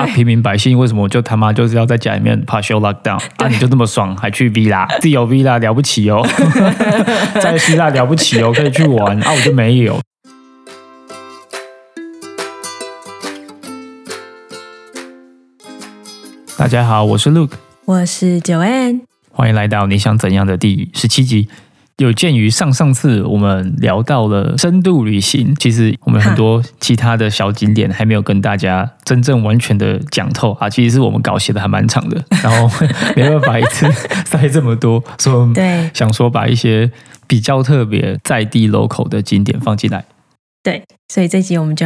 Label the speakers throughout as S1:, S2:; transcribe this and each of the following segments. S1: 啊，平民百姓为什么就他妈就是要在家里面怕修 lockdown 啊？你就这么爽，还去 villa，自由 villa 了不起哦，在希腊了不起哦，可以去玩啊，我就没有。大家好，我是 Luke，
S2: 我是 Joanne，
S1: 欢迎来到你想怎样的第十七集。有鉴于上上次我们聊到了深度旅行，其实我们很多其他的小景点还没有跟大家真正完全的讲透啊，其实是我们稿写的还蛮长的，然后没办法一次 塞这么多，所以我们
S2: 对
S1: 想说把一些比较特别在地 local 的景点放进来。
S2: 对，所以这集我们就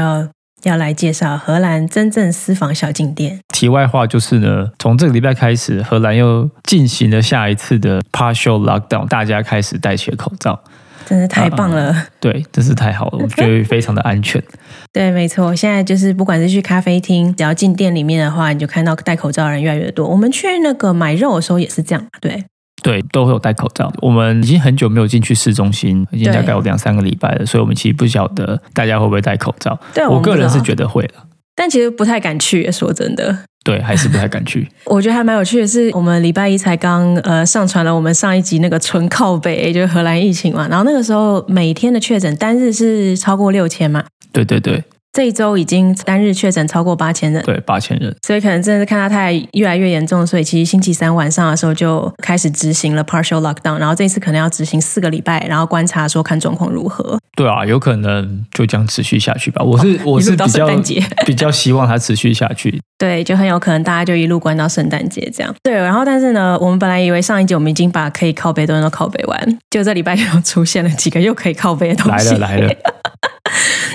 S2: 要来介绍荷兰真正私房小景点。
S1: 题外话就是呢，从这个礼拜开始，荷兰又进行了下一次的 partial lockdown，大家开始戴起了口罩。
S2: 真的太棒了！
S1: 对，真是太好了，我觉得非常的安全。
S2: 对，没错，现在就是不管是去咖啡厅，只要进店里面的话，你就看到戴口罩的人越来越多。我们去那个买肉的时候也是这样，对，
S1: 对，都会有戴口罩。我们已经很久没有进去市中心，已经大概有两三个礼拜了，所以我们其实不晓得大家会不会戴口罩。
S2: 对
S1: 我
S2: 我们不
S1: 个
S2: 知道
S1: 人是觉得会了，
S2: 但其实不太敢去。说真的，
S1: 对，还是不太敢去。
S2: 我觉得还蛮有趣的是，我们礼拜一才刚呃上传了我们上一集那个纯靠北，就是荷兰疫情嘛。然后那个时候每天的确诊单日是超过六千嘛，
S1: 对对对
S2: 这一周已经单日确诊超过八千人。
S1: 对，八千人，
S2: 所以可能真的是看它太越来越严重，所以其实星期三晚上的时候就开始执行了 partial lockdown，然后这一次可能要执行四个礼拜，然后观察说看状况如何。
S1: 对啊，有可能就这样持续下去吧。我是、我
S2: 一
S1: 是
S2: 路哦到
S1: 比较
S2: 圣诞节
S1: 比较希望它持续下去。
S2: 对，就很有可能大家就一路关到圣诞节这样。对，然后但是呢，我们本来以为上一集我们已经把可以靠背的东西都靠背完，就这礼拜又出现了几个又可以靠背的东
S1: 来
S2: 西
S1: 了来了，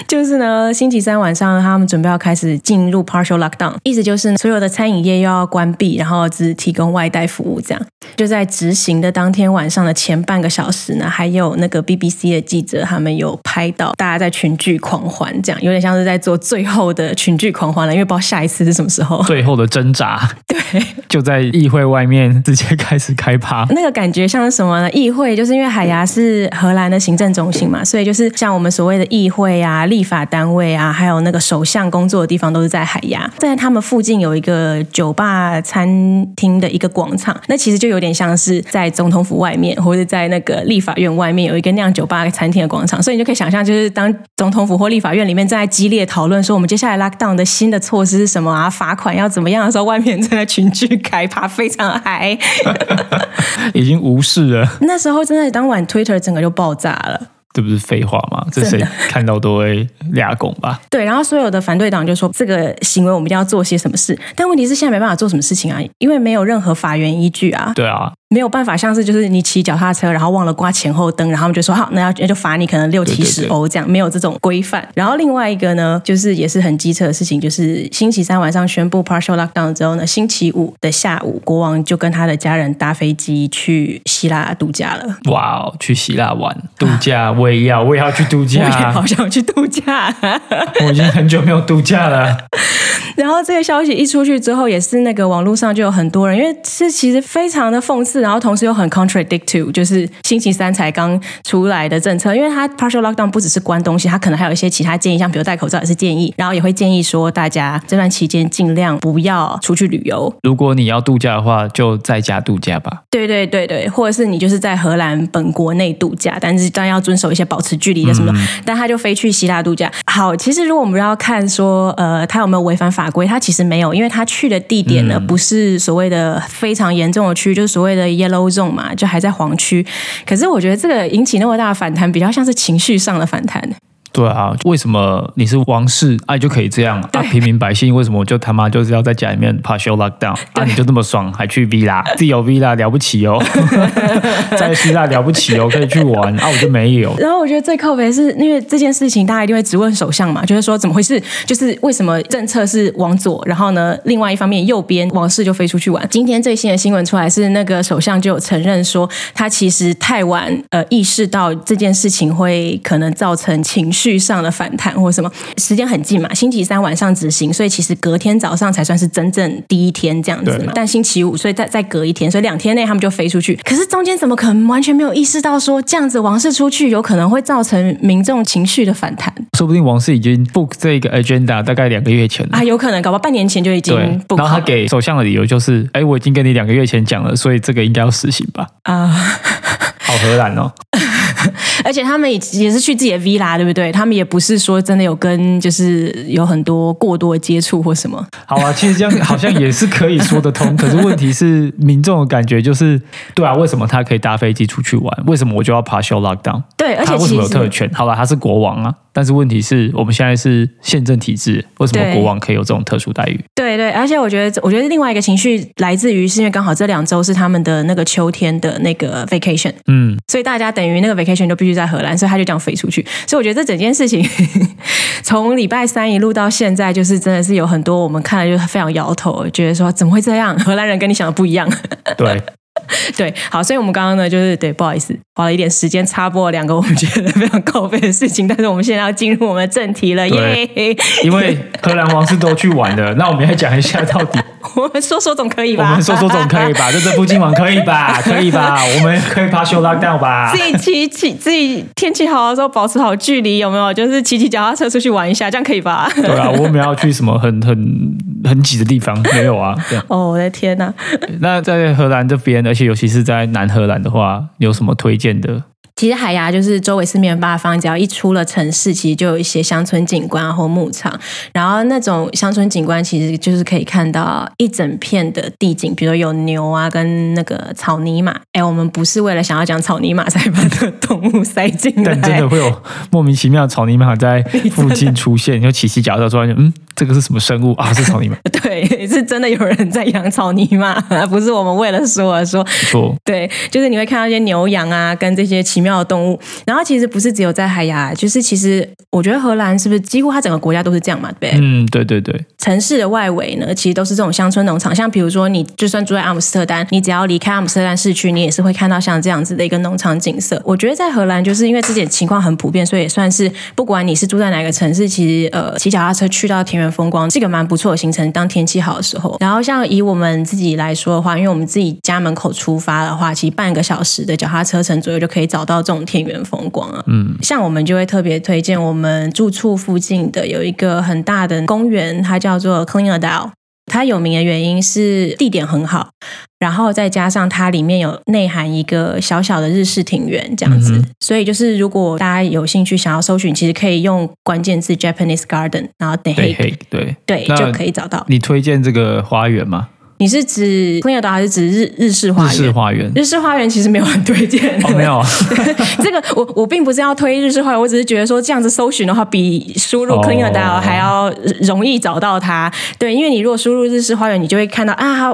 S2: 就是呢，星期三晚上他们准备要开始进入 partial lockdown，意思就是呢所有的餐饮业又要关闭，然后只提供外带服务这样。就在执行的当天晚上的前半个小时呢，还有那个 BBC 的记者他们有拍到大家在群聚狂欢，这样有点像是在做最后的群聚狂欢了，因为不知道下一次是什么时候。
S1: 最后的挣扎，对，就在议会外面直接开始开趴。
S2: 那个感觉像是什么呢？议会就是因为海牙是荷兰的行政中心嘛，所以就是像我们所谓的议会啊、立法单位啊，还有那个首相工作的地方都是在海牙，在他们附近有一个酒吧、餐厅的一个广场，那其实就有点像是在总统府外面，或者在那个立法院外面有一个那样酒吧、餐厅的广场，所以你就可以想象，就是当总统府或立法院里面正在激烈讨论说我们接下来 lockdown 的新的措施是什么啊，罚款要怎么样的时候，外面正在群聚开趴，非常嗨。
S1: 已经无视了，
S2: 那时候真的当晚 Twitter 整个就爆炸了。
S1: 这不是废话吗？这谁看到都会俩拱吧？
S2: 对，然后所有的反对党就说这个行为我们一定要做些什么事，但问题是现在没办法做什么事情啊，因为没有任何法源依据啊，
S1: 对啊，
S2: 没有办法像是就是你骑脚踏车然后忘了挂前后灯，然后他们就说好，那要那就罚你可能六
S1: 对
S2: 七
S1: 对
S2: 十
S1: 对
S2: 欧这样，没有这种规范。然后另外一个呢，就是也是很机车的事情，就是星期三晚上宣布 partial lockdown 之后呢，星期五的下午，国王就跟他的家人搭飞机去希腊度假了。
S1: 哇哦，去希腊玩度假，我也 要，我也要去度
S2: 我也好
S1: 假。
S2: 想去度假。啊
S1: 我已经很久没有度假了。
S2: 然后这个消息一出去之后，也是那个网络上就有很多人，因为是其实非常的讽刺，然后同时又很 contradict to，就是星期三才刚出来的政策，因为它 partial lockdown 不只是关东西，它可能还有一些其他建议，像比如戴口罩也是建议，然后也会建议说大家这段期间尽量不要出去旅游，
S1: 如果你要度假的话，就在家度假吧。
S2: 对对对对，或者是你就是在荷兰本国内度假，但是当然要遵守一些保持距离的什么的。但他就飞去希腊度假。好，其实如果我们要看说，呃，他有没有违反法规，他其实没有，因为他去的地点呢、不是所谓的呃非常严重的区，就是所谓的 yellow zone 嘛，就还在黄区。可是我觉得这个引起那么大的反弹，比较像是情绪上的反弹。
S1: 对啊，为什么你是王室，啊，你就可以这样？啊，平民百姓为什么就他妈就是要在家里面怕修 lockdown？啊，你就这么爽，还去 villa，自由 villa 了不起哦，在希腊了不起哦，可以去玩。啊，我就没有。
S2: 然后我觉得最靠北的是，因为这件事情，大家一定会质问首相嘛，就是说怎么回事？就是为什么政策是往左，然后呢，另外一方面右边王室就飞出去玩。今天最新的新闻出来是，那个首相就有承认说，他其实太晚呃意识到这件事情会可能造成情绪上的反弹或什么。时间很近嘛，星期三晚上执行，所以其实隔天早上才算是真正第一天这样子嘛
S1: 对。
S2: 但星期五，所以再再隔一天，所以两天内他们就飞出去。可是中间怎么可能完全没有意识到说这样子王室出去有可能会造成民众情绪的反弹
S1: 说不定王室已经 book 这个 agenda 大概两个月前了。
S2: 啊？有可能，搞不好半年前就已经
S1: 嗯对，
S2: 不
S1: 然后他给首相的理由就是，哎，我已经跟你两个月前讲了，所以这个应该要实行吧？
S2: 啊。
S1: 好荷兰哦，
S2: 而且他们也也是去自己的 villa，对不对？他们也不是说真的有跟就是有很多过多的接触或什么。
S1: 好啊，其实这样好像也是可以说得通。可是问题是，民众的感觉就是，对啊，为什么他可以搭飞机出去玩？为什么我就要 partial lockdown？
S2: 对，而
S1: 他
S2: 且
S1: 为什
S2: 其
S1: 么有特
S2: 实
S1: 权？好了，他是国王啊，但是问题是我们现在是宪政体制，为什么
S2: 对
S1: 国王可以有这种特殊待遇？
S2: 对对，而且我觉得我觉得另外一个情绪来自于是因为刚好这两周是他们的那个秋天的那个 vacation，
S1: 嗯，
S2: 所以大家等于那个 vacation 都必须在荷兰，所以他就这样飞出去。所以我觉得这整件事情 从礼拜三一路到现在，就是真的是有很多我们看了就是非常摇头，觉得说怎么会这样？荷兰人跟你想的不一样。
S1: 对，
S2: 对，好，所以我们刚刚呢，就是对，不好意思，花了一点时间插播了两个我们觉得非常高飞的事情，但是我们现在要进入我们的正题了，
S1: 对
S2: 耶！
S1: 因为荷兰王室都去玩的，那我们来讲一下到底
S2: 我们说说总可以
S1: 我
S2: 吧？
S1: 们说说总可以吧？就这部今晚可以吧？可以吧？我们可以 partial lockdown 吧
S2: 自？己骑骑自己天气好的时候保持好距离，有没有？就是骑骑脚踏车出去玩一下，这样可以吧？
S1: 对啊，我们要去什么很很很挤的地方？没有 啊，这样。
S2: 哦，我的天哪！
S1: 那在荷兰这边，而且尤其是在南荷兰的话，有什么推荐 的？
S2: 其实海牙就是周围四面八方，只要一出了城市，其实就有一些乡村景观啊或牧场。然后那种乡村景观，其实就是可以看到一整片的地景，比如有牛啊跟那个草泥马。哎，我们不是为了想要讲草泥马才把这个动物塞进来，
S1: 但真的会有莫名其妙的草泥马在附近出现， 你就骑骑脚踏车突然就嗯，这个是什么生物啊？是草泥马，
S2: 对，是真的有人在养草泥马，啊不是我们为了说而说。
S1: 没错，
S2: 对，就是你会看到一些牛羊啊，跟这些奇妙的动物。然后其实不是只有在海牙，就是其实我觉得荷兰是不是几乎它整个国家都是这样嘛？ 对不对，
S1: 嗯，对对对，
S2: 城市的外围呢，其实都是这种乡村农场。像比如说，你就算住在阿姆斯特丹，你只要离开阿姆斯特丹市区，你也是会看到像这样子的一个农场景色。我觉得在荷兰，就是因为这点情况很普遍，所以也算是不管你是住在哪个城市，其实呃，骑脚踏车去到田园风光，这个蛮不错的行程。当天气好的时候，然后像以我们自己来说的话，因为我们自己家门口出发的话，其实半个小时的脚踏车程左右就可以找到这种田园风光啊。
S1: 嗯
S2: 像我们就会特别推荐我们住处附近的有一个很大的公园，它叫做 Clean a d o w 它有名的原因是地点很好，然后再加上它里面有内含一个小小的日式庭园这样子，
S1: 嗯
S2: 所以就是如果大家有兴趣想要搜寻，其实可以用关键字 Japanese Garden，然后
S1: 对
S2: 等黑
S1: 嘿，对，
S2: 对
S1: 那
S2: 就可以找到。
S1: 你推荐这个花园吗？
S2: 你是指 Clean a d o w 还是指日日式花
S1: 日式
S2: 园？
S1: 花 园？
S2: 日式花园其实没有很推荐，
S1: 哦，没有啊，
S2: 这个我我并不是要推日式化，我只是觉得说这样子搜寻的话，比输入
S1: 哦
S2: Clean a d o 还要容易找到它。对，因为你如果输入日式花园，你就会看到啊，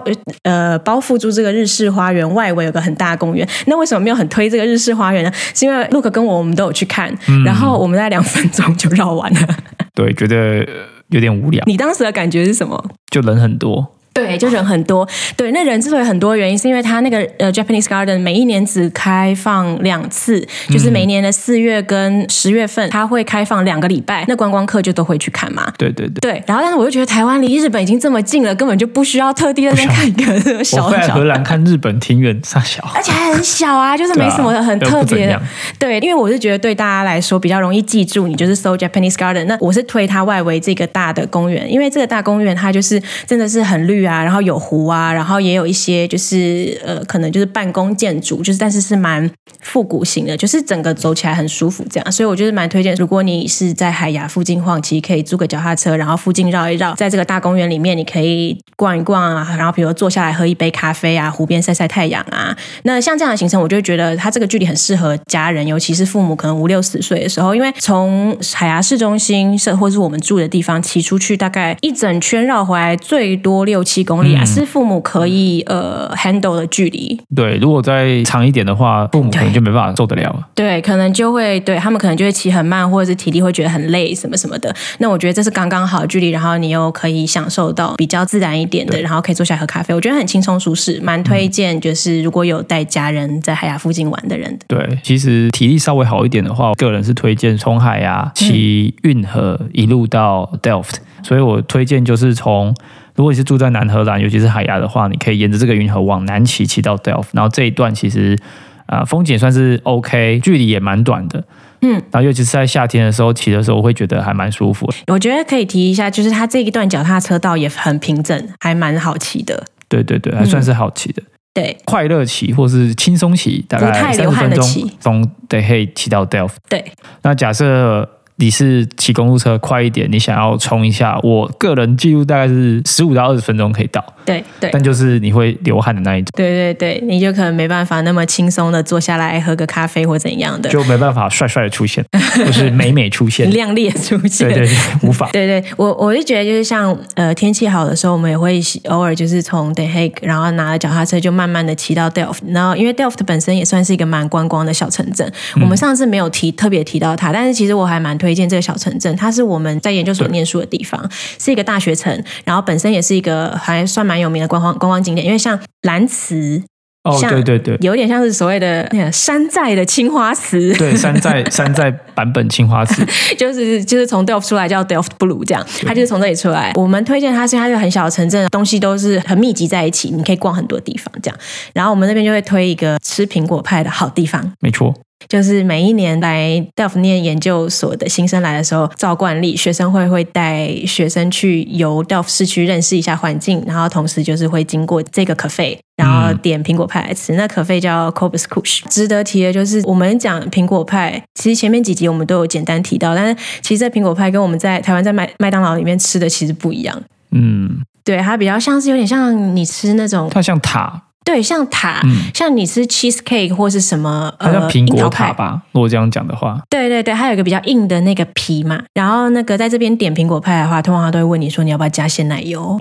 S2: 呃，包覆住这个日式花园外围有个很大的公园。那为什么没有很推这个日式花园呢？是因为 Look 跟我我们都有去看，然后我们在两分钟就绕完了。
S1: 对，觉得呃有点无聊，
S2: 你当时的感觉是什么？
S1: 就人很多，
S2: 对，就人很多。对，那人之所以很多，原因是因为它那个呃 Japanese Garden 每一年只开放两次，就是每年的四月跟十月份，它会开放两个礼拜，那观光客就都会去看嘛。
S1: 对对对。
S2: 对，然后但是我就觉得台湾离日本已经这么近了，根本就不需要特地在那边
S1: 不需
S2: 看一个
S1: 我
S2: 小
S1: 飞来
S2: 小
S1: 荷兰看日本庭院，傻小，
S2: 而且还很小啊，就是没什么
S1: 对啊
S2: 很
S1: 又不
S2: 特
S1: 怎
S2: 别的。
S1: 样
S2: 对，因为我是觉得对大家来说比较容易记住，你就是搜 Japanese Garden。那我是推它外围这个大的公园，因为这个大公园它就是真的是很绿啊，然后有湖啊，然后也有一些就是呃，可能就是办公建筑，就是但是是蛮复古型的，就是整个走起来很舒服这样。所以我就是蛮推荐，如果你是在海牙附近晃，其实可以租个脚踏车，然后附近绕一绕，在这个大公园里面你可以逛一逛啊，然后比如坐下来喝一杯咖啡啊，湖边晒晒太阳啊，那像这样的行程，我就会觉得它这个距离很适合家人，尤其是父母可能五六十岁的时候，因为从海牙市中心是或是我们住的地方骑出去，大概一整圈绕回来，最多六七公里啊，
S1: 嗯
S2: 是父母可以呃 handle 的距离。
S1: 对，如果再长一点的话，父母可能就没办法受得了了。
S2: 对，可能就会对他们可能就会骑很慢，或者是体力会觉得很累什么什么的。那我觉得这是刚刚好的距离，然后你又可以享受到比较自然一点的，然后可以坐下来喝咖啡，我觉得很轻松舒适，蛮推荐。就是如果有带家人在海牙附近玩的人的，
S1: 对，其实体力稍微好一点的话，个人是推荐从海
S2: 嗯
S1: 啊骑运河一路到 Delft，、所以我推荐就是从。如果你是住在南荷兰，尤其是海牙的话，你可以沿着这个运河往南骑，骑到 Delft，然后这一段其实啊、呃风景算是 OK，距离也蛮短的。嗯，然后尤其是在夏天的时候骑的时候，我会觉得还蛮舒服的。
S2: 我觉得可以提一下，就是它这一段脚踏车道也很平整，还蛮好骑的。
S1: 对对
S2: 嗯
S1: 对，还算是好骑的。
S2: 对
S1: 快乐骑或是轻松骑，大
S2: 不
S1: 概
S2: 太
S1: 三
S2: 流
S1: 十
S2: 汗
S1: 分
S2: 的
S1: 钟
S2: 骑
S1: 从 d 可以骑到 Delft。
S2: 对，
S1: 那假设你是骑公路车快一点，你想要冲一下，我个人记录大概是十五到二十分钟可以到，
S2: 对对
S1: 但就是你会流汗的那一种，
S2: 对对对，你就可能没办法那么轻松的坐下来喝个咖啡或怎样的，
S1: 就没办法帅帅的出 现，或是美美出现。
S2: 靓丽的出现。
S1: 对对对，无法。
S2: 对对，我我就觉得就是像呃天气好的时候，我们也会喜偶尔就是从 Den Haag，然后拿了脚踏车就慢慢的骑到 Delft，然后因为 Delft 本身也算是一个蛮观光的小城镇，我们上次没有提特别提到它，但是其实我还蛮推荐这个小城镇，它是我们在研究所念书的地方，是一个大学城，然后本身也是一个还算蛮有名的观光观光景点，因为像蓝池
S1: 哦，
S2: 像
S1: 对对对
S2: 有点像是所谓的那个山寨的青花瓷，
S1: 对，山寨山寨版本青花瓷，
S2: 就是就是从 Delft 出来叫 Delft Blue 这样，它就是从这里出来。我们推荐它是它是很小的城镇，东西都是很密集在一起，你可以逛很多地方这样。然后我们那边就会推一个吃苹果派的好地方，
S1: 没错。
S2: 就是每一年来 Delft 念研究所的新生来的时候，照惯例学生会会带学生去游 Delft 市区认识一下环境，然后同时就是会经过这个 cafe。然后点苹果派来吃，那 cafe 叫 c o b e s k u s h 值得提的就是，我们讲苹果派，其实前面几集我们都有简单提到，但是其实这苹果派跟我们在台湾在麦麦当劳里面吃的其实不一样。
S1: 嗯，
S2: 对，它比较像是有点像你吃那种，
S1: 它像塔，
S2: 对，像塔，
S1: 嗯
S2: 像你吃 cheese cake 或是什么
S1: 它像
S2: 呃
S1: 苹
S2: 樱
S1: 果
S2: 桃派
S1: 塔吧？如果这样讲的话，
S2: 对对对，它有一个比较硬的那个皮嘛，然后那个在这边点苹果派的话，通常他都会问你说你要不要加鲜奶油。
S1: 哦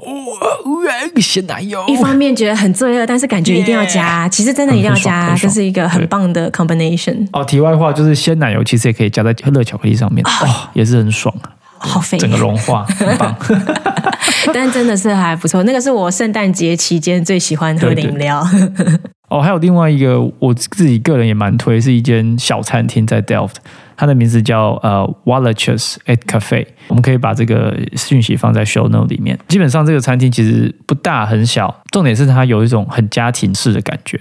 S1: 哇，鲜奶油
S2: 一方面觉得很罪恶，但是感觉一定要加，其实真的一定要
S1: 很
S2: 加，
S1: 很
S2: 这
S1: 爽
S2: 是一个很
S1: 对
S2: 棒的 combination，
S1: 哦，题外话就是鲜奶油其实也可以加在热巧克力上面，哦，也是很爽啊，
S2: 好肥，
S1: 整个融化，很棒。
S2: 但真的是还不错。那个是我圣诞节期间最喜欢喝的饮料，
S1: 哦，还有另外一个我自己个人也蛮推，是一间小餐厅在 Delft，它的名字叫呃 w a l l a c h e s at Cafe。我们可以把这个讯息放在 show note 里面。基本上这个餐厅其实不大很小，重点是它有一种很家庭式的感觉。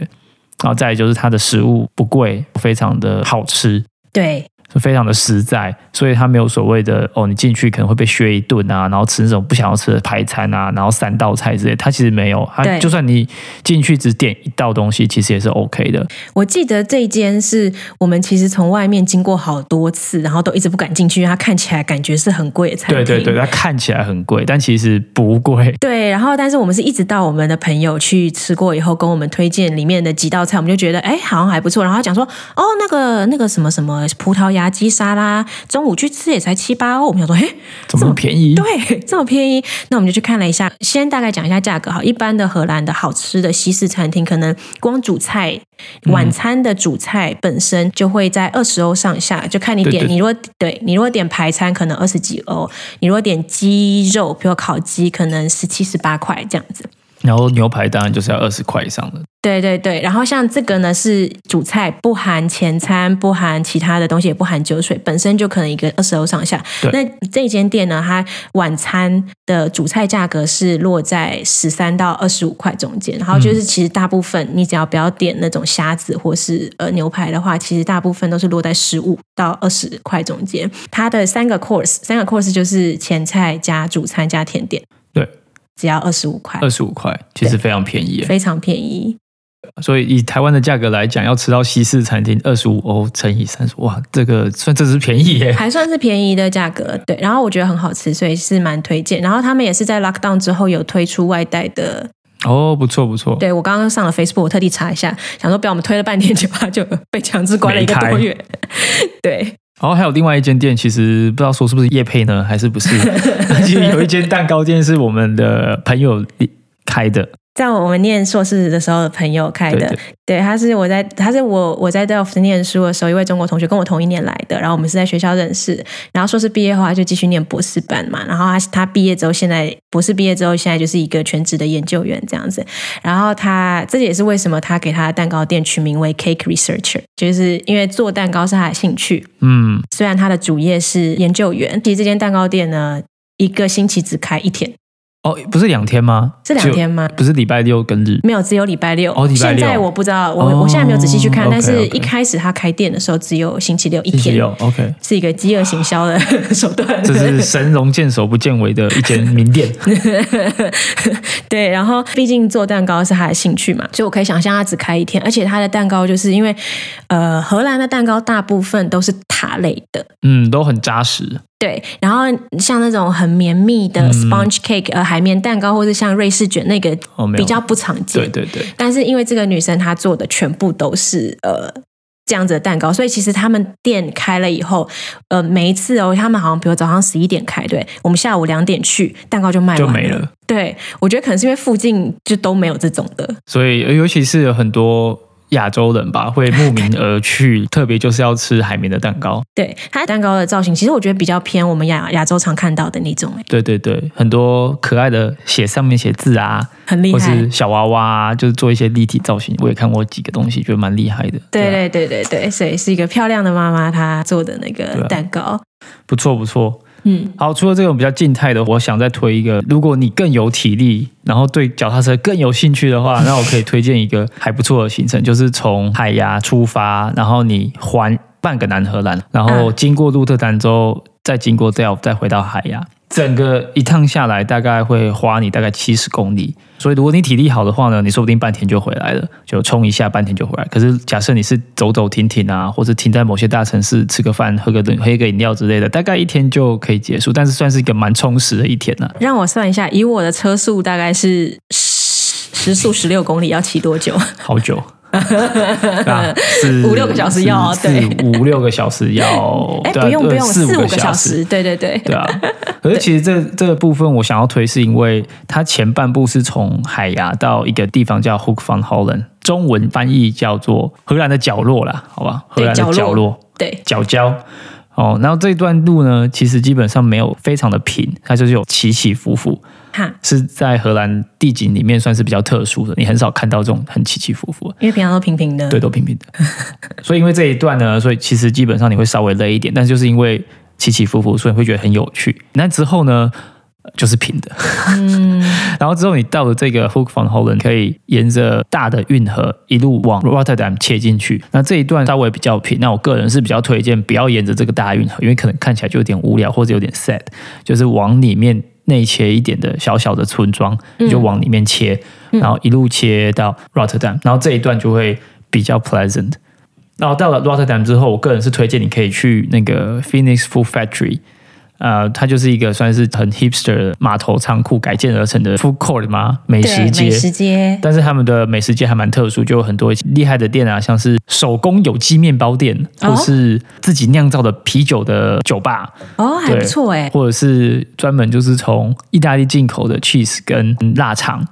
S1: 然后再来就是它的食物不贵，非常的好吃，
S2: 对
S1: 是非常的实在，所以它没有所谓的哦，你进去可能会被削一顿啊，然后吃那种不想要吃的排餐啊，然后三道菜之类，它其实没有，它
S2: 对
S1: 就算你进去只点一道东西，其实也是 OK 的。
S2: 我记得这一间是我们其实从外面经过好多次，然后都一直不敢进去，因为它看起来感觉是很贵的餐
S1: 对
S2: 厅。
S1: 对对，它看起来很贵，但其实不 贵。
S2: 对，然后但是我们是一直到我们的朋友去吃过以后，跟我们推荐里面的几道菜，我们就觉得哎好像还不错。然后他讲说哦那个那个什么什么葡萄牙鸡沙拉，中午去吃也才七八欧。我们想说哎
S1: 怎么那么便宜？
S2: 对这么便宜，那我们就去看了一下。先大概讲一下价格哈，一般的荷兰的好吃的西式餐厅，可能光主菜晚餐的主菜本身就会在二十欧上下，就看你
S1: 对
S2: 点。
S1: 对
S2: 你如果对你如果点排餐，可能二十几欧；你如果点鸡肉，比如烤鸡，可能十七十八块这样子。
S1: 然后牛排当然就是要二十块以上的，
S2: 对对对，然后像这个呢是主菜，不含前餐，不含其他的东西，也不含酒水，本身就可能一个二十欧上下。
S1: 对
S2: 那这间店呢，它晚餐的主菜价格是落在十三到二十五块中间，然后
S1: 嗯
S2: 就是其实大部分你只要不要点那种虾子或是呃牛排的话，其实大部分都是落在十五到二十块中间。它的三个 course，三个 course 就是前菜加主餐加甜点，
S1: 对，
S2: 只要二十五块，
S1: 二十五块，其实非常便宜耶。
S2: 非常便宜。
S1: 所以以台湾的价格来讲，要吃到西式餐厅二十五欧乘以三十，哇，这个算这是便宜耶。
S2: 还算是便宜的价格，对。然后我觉得很好吃，所以是蛮推荐。然后他们也是在 lockdown 之后有推出外带的，
S1: 哦，不错不错。
S2: 对我刚刚上了 Facebook，我特地查一下，想说不要我们推了半天， 结果它就被强制关了一个多月。 对，
S1: 然后还有另外一间店，其实不知道说 是不是叶配呢，还是不是？其实有一间蛋糕店是我们的朋友开的，
S2: 在我们念硕士的时候的朋友开的，
S1: 对对
S2: 对，他是我在，他是我我在 Delft 念书的时候，一位中国同学跟我同一年来的，然后我们是在学校认识，然后硕士毕业后他就继续念博士班嘛，然后他他毕业之后，现在博士毕业之后，现在就是一个全职的研究员这样子，然后他这也是为什么他给他的蛋糕店取名为 Cake Researcher，就是因为做蛋糕是他的兴趣，
S1: 嗯，
S2: 虽然他的主业是研究员，其实这间蛋糕店呢，一个星期只开一天，
S1: 哦，不是两天吗？
S2: 是两天吗
S1: 就，不是礼拜六跟日。
S2: 没有，只有礼拜六。
S1: 哦礼拜六
S2: 现在我不知道，我、
S1: 哦
S2: 我现在没有仔细去看，
S1: OK，OK
S2: 但是一开始他开店的时候只有星期六一
S1: 星期
S2: 天，
S1: 六，OK，
S2: 是一个饥饿行销的 手段。
S1: 这是 神龙见首不见尾的一间名店。
S2: 对，然后毕竟做蛋糕是他的兴趣嘛，所以我可以想象他只开一天，而且他的蛋糕就是因为，呃，荷兰的蛋糕大部分都是塔类的，
S1: 嗯，都很扎实。
S2: 对，然后像那种很绵密
S1: 嗯
S2: 的 sponge cake，、呃，海绵蛋糕，或是像瑞士卷那个
S1: 哦没有
S2: 比较不常
S1: 对
S2: 见。
S1: 对对，
S2: 但是因为这个女生她做的全部都是呃这样子的蛋糕，所以其实他们店开了以后，呃，每一次哦，他们好像比如早上十一点开，对我们下午两点去，蛋糕就卖完
S1: 就没了。
S2: 对，我觉得可能是因为附近就都没有这种的，
S1: 所以呃尤其是有很多亚洲人吧，会慕名而去，特别就是要吃海绵的蛋糕。
S2: 对它蛋糕的造型，其实我觉得比较偏我们亚亚洲常看到的那种，哎
S1: 对对对，很多可爱的写上面写字啊，
S2: 很厉
S1: 或
S2: 害
S1: 是。小娃娃、啊，就是做一些立体造型。我也看过几个东西，觉得蛮厉害的。
S2: 对
S1: 啊，
S2: 对对对对，所以是一个漂亮的妈妈她做的那
S1: 对
S2: 个
S1: 啊
S2: 蛋糕，
S1: 不错不错。
S2: 嗯，
S1: 好，除了这种比较静态的，我想再推一个。如果你更有体力，然后对脚踏车更有兴趣的 话，那我可以推荐一个还不错的行程，就是从海牙出发，然后你环半个南荷兰，然后经过鹿特丹州，再经过 Delft，再回到海牙。整个一趟下来，大概会花你大概七十公里，所以如果你体力好的话呢，你说不定半天就回来了，就冲一下，半天就回来。可是假设你是走走停停啊，或者停在某些大城市吃个饭、喝个东喝一个饮料之类的，大概一天就可以结束，但是算是一个蛮充实的一天啊了、
S2: 让我算一下，以我的车速大概是时速十六公里要骑多久？
S1: 好 久。啊，四
S2: 五六个小时要
S1: 四
S2: 对
S1: 四五六个小时要，
S2: 哎，
S1: 对啊
S2: 不用
S1: 对
S2: 不用，
S1: 四
S2: 四
S1: 个
S2: 个小时，对对对，
S1: 对啊，可是其实这这个部分我想要推，是因为它前半部是从海牙到一个地方叫 Hook van Holland，中文翻译叫做荷兰的角落啦，好吧，荷
S2: 对
S1: 兰的
S2: 角落
S1: 角落，
S2: 对
S1: 角角。哦，然后这段路呢，其实基本上没有非常的平，它就是有起起伏伏，
S2: 哈，
S1: 是在荷兰地景里面算是比较特殊的，你很少看到这种很起起伏伏的。
S2: 因为平常都平平的，
S1: 对，都平平的。 所以因为这一段呢，所以其实基本上你会稍微累一点，但就是因为起起伏伏，所以你会觉得很有趣。那之后呢，呃就是平的。 然后之后你到了这个 Hook van Holland，可以沿着大的运河一路往 Rotterdam 切进去。那这一段稍微比较平，那我个人是比较推荐不要沿着这个大运河，因为可能看起来就有点无聊或者有点 sad，就是往里面。内切一点的小小的村庄，
S2: 嗯
S1: 你就往里面切，然后一路切到 Rotterdam，然后这一段就会比较 pleasant。然后到了 Rotterdam 之后，我个人是推荐你可以去那个 Phoenix Food Factory，呃，它就是一个算是很 hipster 的码头仓库改建而成的 food court 嘛，美食
S2: 对，
S1: 街
S2: 美。食街，
S1: 但是他们的美食街还蛮特殊，就有很多厉害的店啊，像是手工有机面包店，
S2: 哦
S1: 或是自己酿造的啤酒的酒吧，
S2: 哦，还
S1: 对
S2: 不错哎，
S1: 或者是专门就是从意大利进口的 cheese 跟腊肠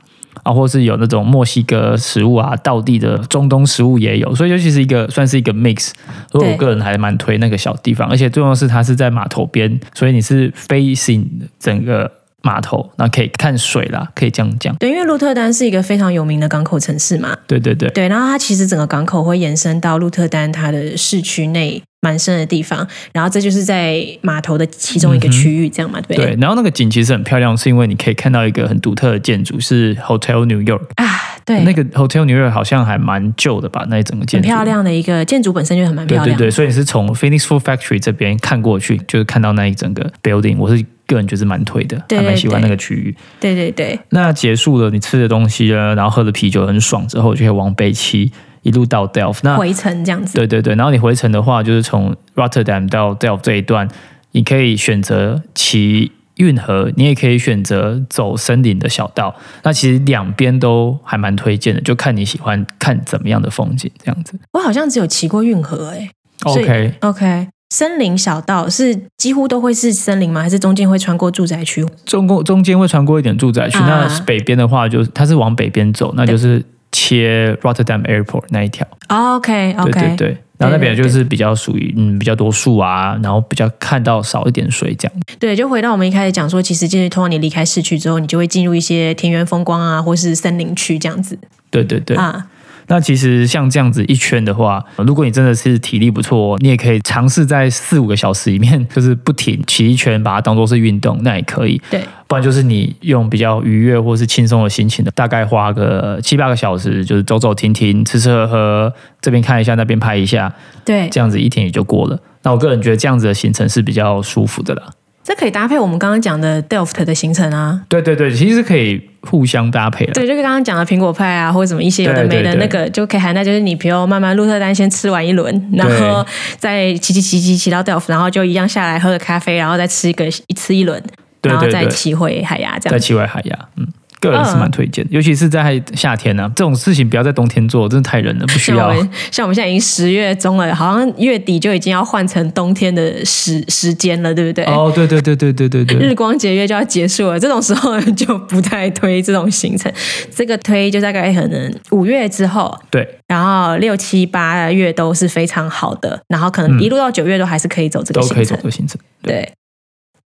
S1: 啊，或是有那种墨西哥食物啊、道地的中东食物也有，所以尤其是一个算是一个 mix。所以
S2: 对
S1: 我个人还蛮推那个小地方，而且最重要的是它是在码头边，所以你是 facing 整个码头，然后可以看水啦，可以这样讲。
S2: 对，因为鹿特丹是一个非常有名的港口城市嘛，
S1: 对对对，
S2: 对，然后它其实整个港口会延伸到鹿特丹它的市区内蛮深的地方，然后这就是在码头的其中一个区域，这样嘛，对
S1: 嗯
S2: 不
S1: 对，然后那个景其实很漂亮，是因为你可以看到一个很独特的建筑，是 Hotel New York。
S2: 啊，对，
S1: 那个 Hotel New York 好像还蛮旧的吧？那一整个建
S2: 很
S1: 筑
S2: 漂亮的一个建筑本身就很蛮
S1: 对
S2: 漂
S1: 对
S2: 亮的，
S1: 对，所以你是从 Phoenix Food Factory 这边看过去，就是看到那一整个 building，我是个人觉得是蛮推的，
S2: 对
S1: 还蛮喜欢
S2: 对
S1: 那个区域。
S2: 对对对，
S1: 那结束了你吃的东西了，然后喝的啤酒很爽之后，就可以往北骑一路到 Delft。那
S2: 回程这样子，
S1: 啊对对对，然后你回程的话，就是从 Rotterdam 到 Delft 这一段，你可以选择骑运河，你也可以选择走森林的小道。那其实两边都还蛮推荐的，就看你喜欢看怎么样的风景这样子。
S2: 我好像只有骑过运河哎、所以
S1: OK，
S2: OK，森林小道是几乎都会是森林吗？还是中间会穿过住宅区？
S1: 中共中间会穿过一点住宅区，
S2: 啊
S1: 那北边的话就是它是往北边走，那就是切 Rotterdam Airport 那一条。
S2: 哦 OK
S1: 对
S2: OK，
S1: 对对。然后那边
S2: 对对
S1: 就是比较属于嗯比较多树啊，然后比较看到少一点水这样。
S2: 对，就回到我们一开始讲说，其实就是通常你离开市区之后，你就会进入一些田园风光啊，或是森林区这样子
S1: 对对对。
S2: 啊。
S1: 那其实像这样子一圈的话，呃如果你真的是体力不错，你也可以尝试在四五个小时里面，就是不停骑一圈，把它当做是运动，那也可以。
S2: 对，
S1: 不然就是你用比较愉悦或是轻松的心情的，大概花个七八个小时，就是走走停停，吃吃喝喝，这边看一下，那边拍一下，
S2: 对，
S1: 这样子一天也就过了。那我个人觉得这样子的行程是比较舒服的啦。
S2: 这可以搭配我们刚刚讲的 Delft 的行程啊。
S1: 对对对，其实是可以互相搭配的。
S2: 对，就是刚刚讲的苹果派啊，或者什么一些有的没的
S1: 对对对
S2: 那个就可以含在，就是你比如慢慢鹿特丹先吃完一轮，然后再骑骑骑骑骑到 Delft，然后就一样下来喝个咖啡，然后再吃一个吃一轮，
S1: 对
S2: 然后
S1: 对
S2: 再
S1: 对，
S2: 骑回海牙这
S1: 在
S2: 样。
S1: 七外海牙，嗯，个人是蛮推荐的，尤其是在夏天呢、啊，这种事情不要在冬天做，真的太冷了，不需
S2: 像我
S1: 要。
S2: 们像我们现在已经十月中了，好像月底就已经要换成冬天的时时间了，对不对？
S1: 哦，对对对对对对对，
S2: 日光节约就要结束了，这种时候就不太推这种行程。 这个推就大概可能五月之后，
S1: 对
S2: 然后六七八月都是非常好的，然后可能一路到九月都还是可以走这
S1: 嗯
S2: 个
S1: 都可
S2: 行
S1: 以走
S2: 程。
S1: 这个行程。
S2: 对，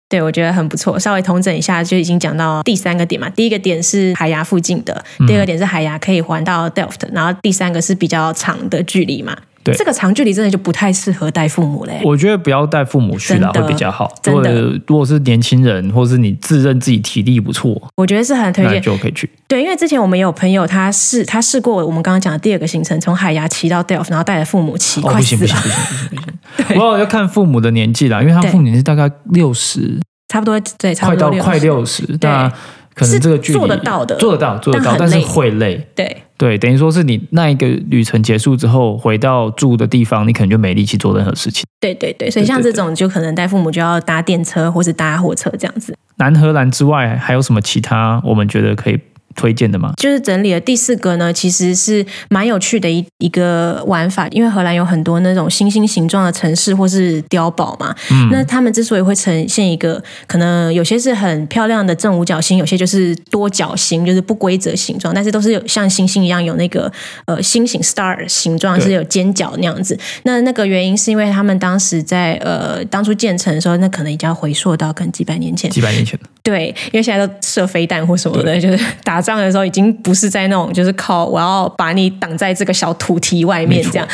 S2: 对我觉得很不错。稍微统整一下，就已经讲到第三个点嘛。第一个点是海牙附近的，第二
S1: 嗯
S2: 个点是海牙可以环到 Delft，、然后第三个是比较长的距离嘛。
S1: 对
S2: 这个长距离真的就不太适合带父母嘞。
S1: 我觉得不要带父母去啦，
S2: 欸真的
S1: 会比较好。
S2: 真
S1: 如果
S2: 的
S1: 如果是年轻人，或是你自认自己体力不错，
S2: 我觉得是很推
S1: 那
S2: 荐，
S1: 就可以去。
S2: 对，因为之前我们也有朋友，他试他试过我们刚刚讲的第二个行程，从海牙骑到 Delft，然后带着父母骑，
S1: 哦，不
S2: 快
S1: 行不
S2: 死
S1: 行
S2: 了，
S1: 不行不 行不行！我要看父母的年纪啦，因为他
S2: 对
S1: 父母年纪大概六十，
S2: 差不多对，差
S1: 快
S2: 不
S1: 到
S2: 多
S1: 快
S2: 六
S1: 六十，那可
S2: 是
S1: 能这个距离
S2: 做得到的
S1: 做得到，做得
S2: 但
S1: 到，
S2: 很
S1: 但是
S2: 累
S1: 会累。
S2: 十，对
S1: 对，等于说是你那一个旅程结束之后，回到住的地方，你可能就没力气做任何事情。
S2: 对对对，所以
S1: 对
S2: 像
S1: 对
S2: 这种就可能带父母就要搭电车或是搭火车这样子。
S1: 南荷兰之外，还有什么其他我们觉得可以推荐的吗？
S2: 就是整理了第四个呢，其实是蛮有趣的一一个玩法，因为荷兰有很多那种星星形状的城市或是碉堡嘛，那他们之所以会呈现一个可能有些是很漂亮的正五角星，有些就是多角形，就是不规则形状，但是都是有像星星一样有那个呃星形 star 形状
S1: 对
S2: 是有尖角那样子。那那个原因是因为他们当时在呃当初建成的时候，那可能已经要回溯到可能几百年前，
S1: 几百年前的，
S2: 对，因为现在都射飞弹或什么的，就是打仗的时候已经不是在那种就是靠我要把你挡在这个小土堤外面
S1: 没错
S2: 这样。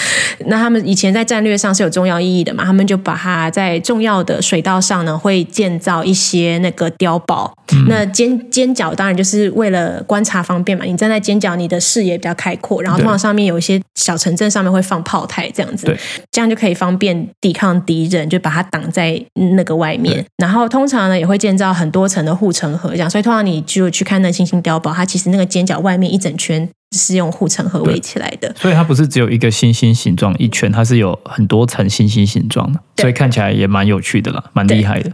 S2: 那他们以前在战略上是有重要意义的嘛，他们就把它在重要的水道上呢会建造一些那个碉堡。
S1: 嗯
S2: 那尖尖角当然就是为了观察方便嘛，你站在尖角，你的视野比较开阔，然后
S1: 对
S2: 通常上面有一些小城镇上面会放炮台这样子。
S1: 对
S2: 这样就可以方便抵抗敌人，就把它挡在那个外面。然后通常呢也会建造很多层的护城河，这样，所以通常你就去看那星星碉堡，它其实那个尖角外面一整圈是用护城河围起来的。
S1: 所以它不是只有一个星星形状一圈，它是有很多层星星形状的，
S2: 对
S1: 所以看起来也蛮有趣的啦，蛮厉害的。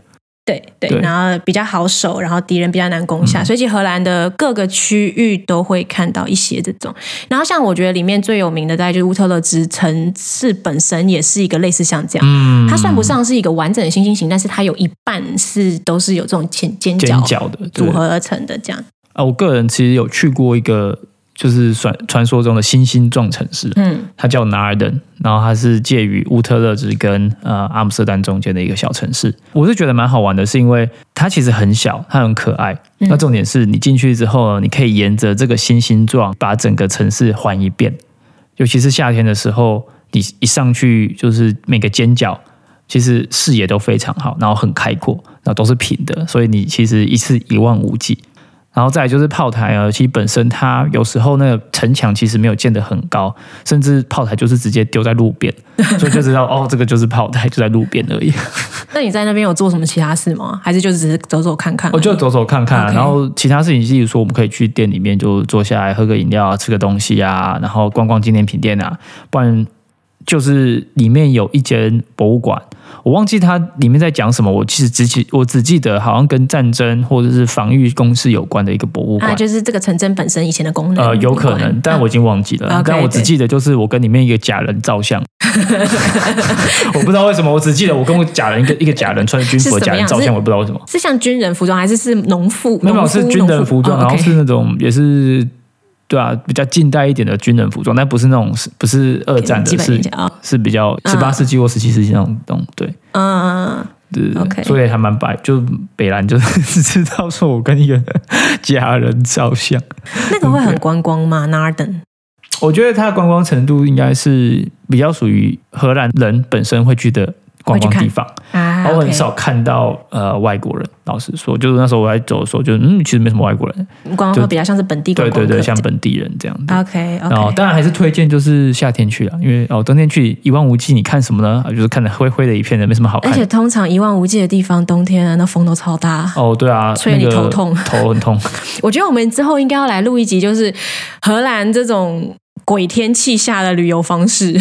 S2: 对对
S1: 对嗯
S2: 然后比较好守，然后敌人比较难攻下，所以其实荷兰的各个区域都会看到一些这种。然后像我觉得里面最有名的，大概就是乌特勒支城市本身也是一个类似像这样。
S1: 嗯，
S2: 它算不上是一个完整的星星形，但是它有一半是都是有这种尖尖角
S1: 尖角的对
S2: 组合而成的这样。
S1: 啊，我个人其实有去过一个，就是传传说中的星星状城市，
S2: 嗯，
S1: 它叫拿尔登，然后它是介于乌特勒支跟呃阿姆斯特丹中间的一个小城市。我是觉得蛮好玩的，是因为它其实很小，它很可爱。那重点是你进去之后呢，你可以沿着这个星星状把整个城市环一遍，尤其是夏天的时候，你一上去就是每个尖角。其实视野都非常好，然后很开阔，然后都是平的，所以你其实一次一望无际。然后再来就是炮台啊，其实本身它有时候那个城墙其实没有建得很高，甚至炮台就是直接丢在路 边，所以就知道哦，这个就是炮台，就在路边而已。
S2: 那你在那边有做什么其他事吗？还是就只是走走看看而已？
S1: 我就走走看看啊，
S2: OK
S1: 然后其他事情，例如说我们可以去店里面就坐下来喝个饮料啊，吃个东西啊，然后逛逛纪念品店啊，不然。就是里面有一间博物馆，我忘记它里面在讲什么，我其实只记我只记得好像跟战争或者是防御工事有关的一个博物馆。
S2: 啊，就是这个城镇本身以前的功能。嗯
S1: 呃，有可
S2: 有关
S1: 能，但我已经忘记了。
S2: 啊
S1: 但
S2: OK，
S1: 我只记得就是我跟里面一个假人照 相，我不知道为什么，我只记得我跟我假人一个一个假人穿着军服的
S2: 是什
S1: 假
S2: 么
S1: 人
S2: 样
S1: 照
S2: 是
S1: 相，我不知道为什么。
S2: 是像军人服装还是是农妇？
S1: 没有没有
S2: 农夫
S1: 是军人服装，然后。
S2: 农
S1: 是
S2: 夫哦
S1: 那种也是对啊，比较近代一点的军人服装，但不是那种是不是二
S2: OK
S1: 战的，
S2: 基本
S1: 是
S2: 理解啊，
S1: 是比较十八世纪或十七世纪那种东对。
S2: 嗯，嗯
S1: 对对
S2: OK
S1: 所以还蛮白，就北兰就是 知道说我跟一个 家人照相，
S2: 嗯那个会很观光吗？Narden
S1: 我觉得它的观光程度应该是比较属于荷兰人本身会去的观光地方，
S2: 啊
S1: 哦我很
S2: OK
S1: 少看到呃外国人。老实说，就是那时候我在走的时候就，嗯，其实没什么外国人，
S2: 观光会比较像是本地观
S1: 对
S2: 光
S1: 对
S2: 客哦
S1: 对，像本地人这样子。
S2: OK
S1: 然后
S2: OK，
S1: 当然还是推荐就是夏天去啦，因为哦冬天去一望无际，你看什么呢？啊就是看的灰灰的一片的，没什么好
S2: 而
S1: 看
S2: 且
S1: 的。
S2: 通常一望无际的地方，冬天那风都超大。
S1: 哦，对啊，
S2: 吹你
S1: 那个
S2: 头痛
S1: 头很痛。
S2: 我觉得我们之后应该要来录一集，就是荷兰这种鬼天气下的旅游方式，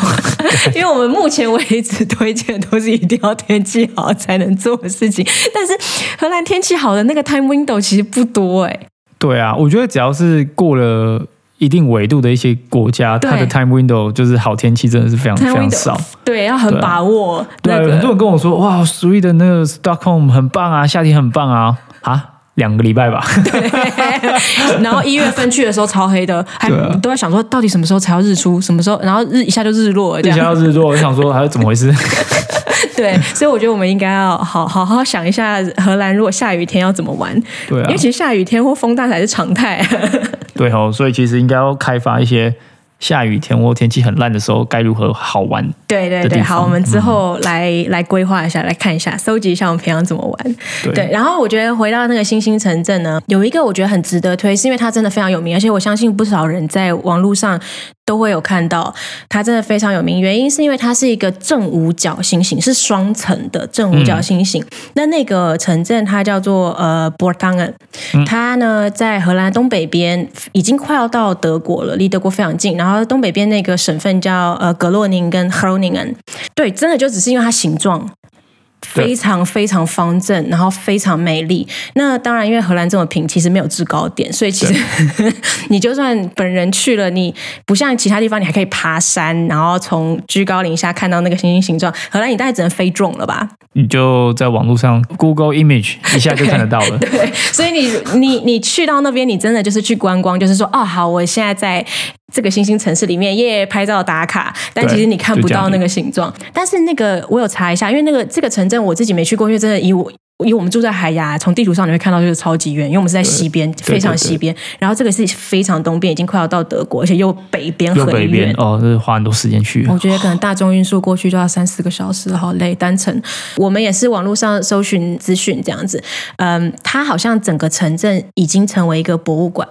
S2: 因为我们目前为止推荐都是一定要天气好才能做的事情，但是荷兰天气好的那个 time window 其实不多哎、
S1: 对啊，我觉得只要是过了一定纬度的一些国家，
S2: 对
S1: 它的 time window 就是好天气真的是非常
S2: Time
S1: 非
S2: window
S1: 常少。
S2: 对，要很
S1: 对啊
S2: 把握
S1: 对啊、
S2: 那
S1: 很多
S2: 个。
S1: 人跟我说哇，苏伊的那个 Stockholm 很棒啊，夏天很棒啊，啊，两个礼拜吧。
S2: 然后一月份去的时候超黑的，还
S1: 对啊
S2: 都在想说到底什么时候才要日出，什么时候，然后日一下就日落了这
S1: 一
S2: 样
S1: 下。要日落，我就想说还是怎么回事？
S2: 对，所以我觉得我们应该要好 好好想一下，荷兰如果下雨天要怎么玩？
S1: 对啊
S2: 因为其实下雨天或风大才是常态。
S1: 对哦，所以其实应该要开发一些下雨天或天气很烂的时候该如何好玩
S2: 对对
S1: 的地
S2: 对，
S1: 方嗯
S2: 好，我们之后来、来规划一下，来看一下，搜集一下我们平常怎么玩。
S1: 对
S2: 然后我觉得回到那个新兴城镇呢，有一个我觉得很值得推，是因为它真的非常有名，而且我相信不少人在网络上都会有看到，它真的非常有名。原因是因为它是一个正五角星形，是双层的正五角星形。那那个城镇它叫做呃博当恩，它呢在荷兰东北边，已经快要到德国了，离德国非常近。然后东北边那个省份叫呃格洛宁跟 Groningen，对，真的就只是因为它形状
S1: 对
S2: 非常非常方正，然后非常美丽。那当然，因为荷兰这么平，其实没有制高点，所以其实 你就算本人去了，你不像其他地方，你还可以爬山，然后从居高临下看到那个星星形状。荷兰你大概只能飞中了吧？
S1: 你就在网络上 Google Image 一下就看得到了。
S2: 对，所以你你你去到那边，你真的就是去观光，就是说，哦，好，我现在在这个新兴城市里面耶拍照打卡，但
S1: 对
S2: 其实你看不
S1: 就这样
S2: 到那个形状。但是那个我有查一下，因为那个这个城镇我自己没去过，因为真的以我。以我们住在海牙，从地图上你会看到就是超级远，因为我们是在西边，
S1: 对
S2: 非常西边。然后这个是非常东边，已经快要到德国，而且又北边
S1: 右
S2: 很
S1: 北边
S2: 远。
S1: 哦，这花很多时间去。
S2: 我觉得可能大众运输过去就要三四个小时，好累，单程。我们也是网络上搜寻资讯这样子，嗯，它好像整个城镇已经成为一个博物馆，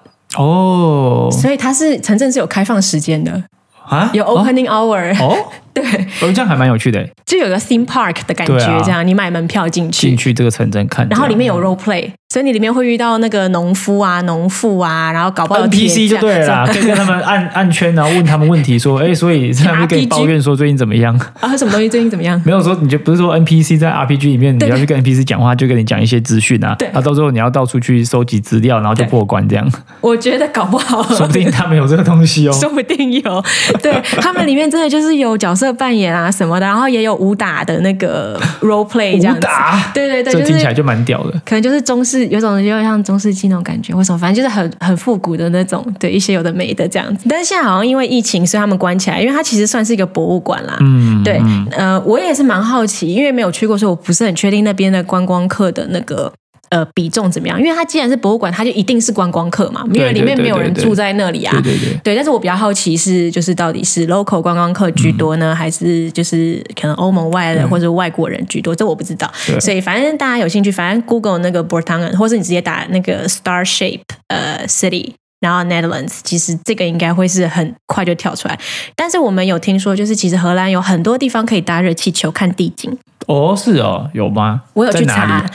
S1: 哦
S2: 所以它是城镇是有开放时间的，
S1: 啊，
S2: 有 opening hour，、
S1: 哦哦，
S2: 对，
S1: 哦这样还蛮有趣的，
S2: 就有个 theme park 的感觉，
S1: 对啊
S2: 这样你买门票进去，
S1: 进去啊这个城镇看，
S2: 然后里面有
S1: 这
S2: role play，所以你里面会遇到那个农夫啊、农妇啊，然后搞不好
S1: 样
S2: 有铁
S1: NPC
S2: 匠
S1: 就对了啦，可以跟他们按按圈，然后问他们问题，说，哎， 所以这样就可以
S2: RPG
S1: 抱怨说最近怎么 样？
S2: 啊，什么东西最近怎么样？
S1: 没有说你就不是说 NPC 在 RPG 里面，你要去跟 NPC 讲话，就跟你讲一些资讯啊，
S2: 对
S1: 啊，到时候你要到处去收集资料，然后就
S2: 对
S1: 破关 这样，
S2: 我觉得搞不好
S1: 说不定他们有这个东西哦。
S2: 说不定有。对他们里面真的就是有角色扮演啊什么的，然后也有武打的那个 role play 这样
S1: 武
S2: 子。
S1: 打，
S2: 对对对，
S1: 这
S2: 就
S1: 听起来
S2: 是
S1: 就蛮屌的。
S2: 可能就是中式，有种有点像中世纪那种感觉，为什么？反正就是很很复古的那种，对一些有的没的这样子。但是现在好像因为疫情，所以他们关起来，因为它其实算是一个博物馆啦。
S1: 嗯，
S2: 对
S1: 嗯，
S2: 呃，我也是蛮好奇，因为没有去过，所以我不是很确定那边的观光客的那个。呃，比重怎么样？因为它既然是博物馆，它就一定是观光客嘛，因为
S1: 对
S2: 里面
S1: 对
S2: 没有
S1: 对
S2: 人
S1: 对
S2: 住在那里啊。
S1: 对对对。
S2: 对，但是我比较好奇是，就是到底是 local 观光客居多
S1: 嗯
S2: 呢，还是就是可能欧盟外的或者外国人居多？这我不知道
S1: 对。
S2: 所以反正大家有兴趣，反正 Google 那个 b o r t a n g e n 或是你直接打那个 Star Shape 呃 City。然后 Netherlands，其实这个应该会是很快就跳出来。但是我们有听说，就是其实荷兰有很多地方可以搭热气球看地景。
S1: 哦，是哦，有吗？
S2: 我有
S1: 在
S2: 去
S1: 哪
S2: 查
S1: 里？，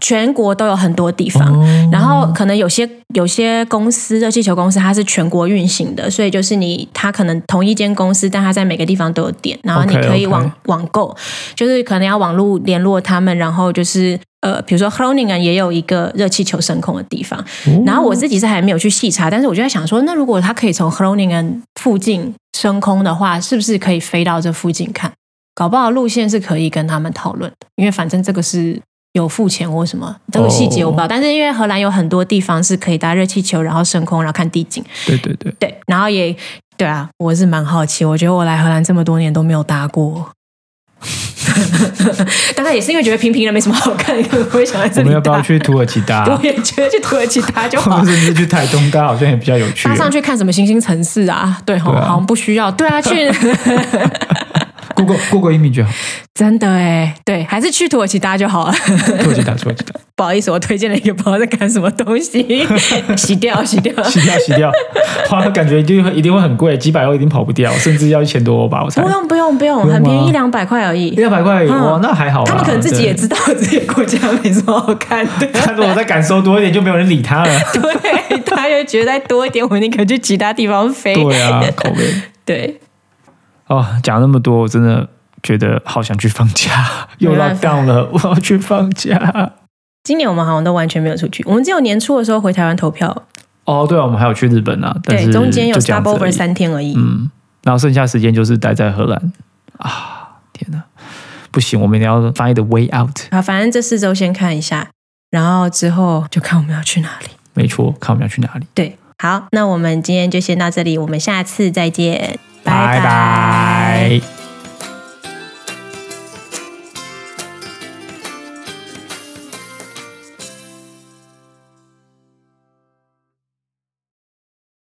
S2: 全国都有很多地方，
S1: 哦
S2: 然后可能有些有些公司热气球公司它是全国运行的，所以就是你它可能同一间公司，但它在每个地方都有点，然后你
S1: OK，
S2: 可以
S1: OK
S2: 网网购，就是可能要网络联络他们，然后就是。呃，比如说 Groningen 也有一个热气球升空的地方，然后我自己是还没有去细查，但是我就在想说，那如果它可以从 Groningen 附近升空的话，是不是可以飞到这附近看？搞不好路线是可以跟他们讨论的，因为反正这个是有付钱或什么，这个细节我
S1: 哦
S2: 不知道。但是因为荷兰有很多地方是可以搭热气球，然后升空，然后看地景，
S1: 对对对，
S2: 对，然后也对啊，我是蛮好奇，我觉得我来荷兰这么多年都没有 搭过。大概也是因为觉得平平的没什么好看，根本不会想在这
S1: 我们
S2: 里搭。
S1: 要不要去土耳其 搭？
S2: 我也觉得去土耳其搭就
S1: 或
S2: 好
S1: 者，甚至去台东搭，好像也比较有趣
S2: 搭。上去看什么星星城市啊？对吼，
S1: 对啊
S2: 好像不需要。对啊，去
S1: Google Google Image 好，
S2: 真的哎，对，还是去土耳其搭就好了。
S1: 土耳其搭，土耳其搭，
S2: 不好意思，我推荐了一个不知道在干什么东 西，洗掉，洗掉。
S1: 洗掉洗掉，花感觉一定会一定会很贵，几百欧一定跑不掉，甚至要一千多欧吧，我猜
S2: 不。用，不用，不用，
S1: 不用
S2: 很便
S1: 吗
S2: 宜，一两百块而
S1: 一
S2: 已。
S1: 两百块，哇，那还好啦。啊
S2: 他们可能自己也
S1: 对，
S2: 知道自己的国家没什么好看 的，
S1: 他如果再感受多一点，就没有人理他 了。
S2: 对，他就觉得再多一点，我宁可去其他地方飞。
S1: 对啊，口味。
S2: 对，
S1: 哦，讲那么多，我真的觉得好想去放 假，又
S2: 没
S1: 落
S2: 办法
S1: 档了，我要去放假。
S2: 今年我们好像都完全没有出去，我们只有年初的时候回台湾投票，
S1: 哦，对啊，我们还有去日本啊，但
S2: 对，
S1: 是
S2: 中间有
S1: 就这样
S2: stop
S1: 子而
S2: over
S1: 已
S2: 三天而已。
S1: 嗯，然后剩下时间就是待在荷兰啊，天哪，不行，我们一定要 find a way out。
S2: 好，反正这四周先看一下，然后之后就看我们要去哪里。
S1: 没错，看我们要去哪里。
S2: 对，好，那我们今天就先到这里，我们下次再见，拜
S1: 拜拜